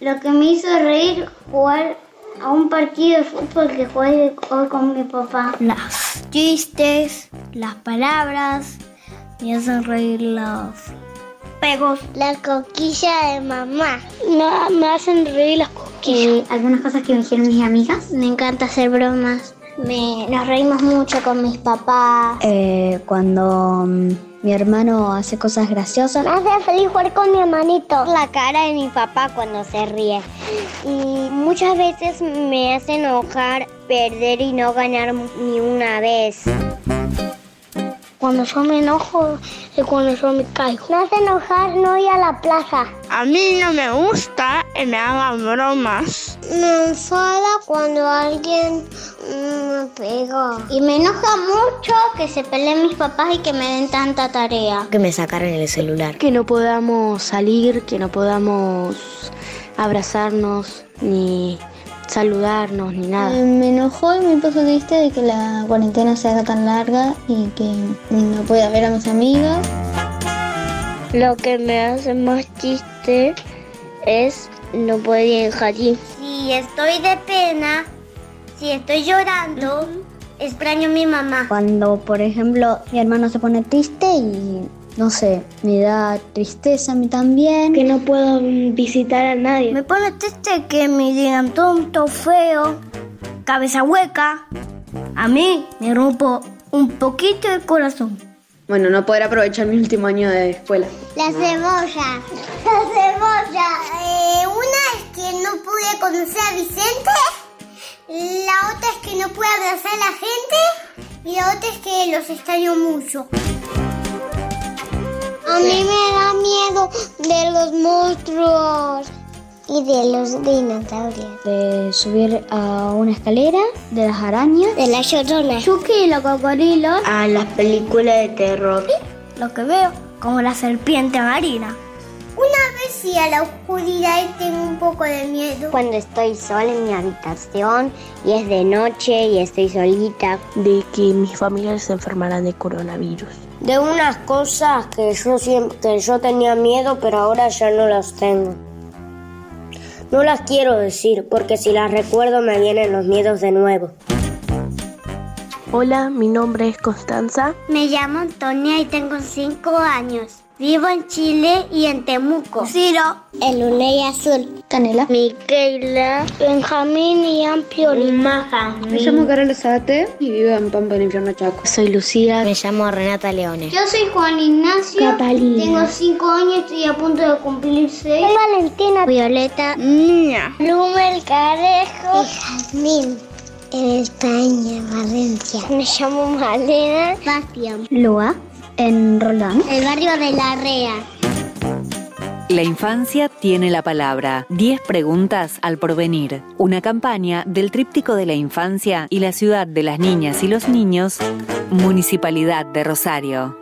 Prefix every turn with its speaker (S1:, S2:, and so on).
S1: Lo que me hizo reír jugar a un partido de fútbol que jugué hoy con mi papá.
S2: Los chistes, las palabras, me hacen reír los pegos.
S3: La coquilla de mamá.
S4: No, me hacen reír las coquillas.
S5: Eh, algunas cosas que me dijeron mis amigas.
S6: Me encanta hacer bromas.
S7: Me, nos reímos mucho con mis papás.
S8: Eh, cuando um, mi hermano hace cosas graciosas.
S9: Me hace feliz jugar con mi hermanito.
S10: La cara de mi papá cuando se ríe. Y muchas veces me hace enojar perder y no ganar ni una vez.
S11: Cuando yo me enojo es cuando yo me caigo.
S12: Me hace enojar no ir a la plaza.
S13: A mí no me gusta que me hagan bromas.
S14: Me enfada cuando alguien me pegó.
S15: Y me enoja mucho que se peleen mis papás y que me den tanta tarea.
S16: Que me sacaran el celular.
S17: Que no podamos salir, que no podamos abrazarnos ni saludarnos ni nada.
S18: Eh, Me enojó y me puso triste de que la cuarentena sea tan larga y que no pueda ver a mis amigas.
S19: Lo que me hace más triste es no poder salir.
S20: Si estoy de pena, si estoy llorando, extraño a mi mamá.
S8: Cuando, por ejemplo, mi hermano se pone triste y no sé, me da tristeza a mí también. Que no puedo visitar a nadie.
S10: Me pone triste que me digan tonto, feo, cabeza hueca. A mí me rompo un poquito el corazón.
S6: Bueno, no poder aprovechar mi último año de escuela.
S4: La
S11: Ah.
S4: cebolla. La cebolla. Eh, una es que no pude conocer a Vicente. La otra es que no pude abrazar a la gente. Y la otra es que los extraño mucho.
S11: A mí me da miedo de los monstruos
S3: y de los dinosaurios.
S8: De subir a una escalera, de las arañas,
S9: de las lloronas.
S7: Chucky y los cocodrilos.
S1: A las películas de terror.
S10: ¿Sí? Lo que veo, como la serpiente marina.
S2: Una vez sí a la oscuridad y tengo un poco de miedo.
S10: Cuando estoy sola en mi habitación y es de noche y estoy solita.
S14: De que mis familiares se enfermarán de coronavirus.
S18: De unas cosas que yo siempre, que yo tenía miedo pero ahora ya no las tengo. No las quiero decir porque si las recuerdo me vienen los miedos de nuevo.
S17: Hola, mi nombre es Constanza.
S21: Me llamo Antonia y tengo 5 años. Vivo en Chile y en Temuco.
S22: Ciro.
S23: El Uney Azul.
S24: Canela.
S25: Miquela.
S26: Benjamín y Ampioli. Maja.
S27: Me llamo Carol Zate y vivo en Pampa del Infierno Chaco.
S28: Soy Lucía.
S29: Me llamo Renata Leones.
S30: Yo soy Juan Ignacio.
S31: Catalina.
S32: Tengo 5 años, estoy a punto de cumplir 6.
S33: Valentina. Violeta.
S34: Niña.
S35: Blumel Carejo.
S36: Y Jazmín. En España, Valencia.
S37: Me llamo Malena.
S38: Bastian. Loa en Roland.
S39: El barrio de La Rea.
S40: La infancia tiene la palabra. 10 preguntas al porvenir. Una campaña del Tríptico de la Infancia y la Ciudad de las Niñas y los Niños, Municipalidad de Rosario.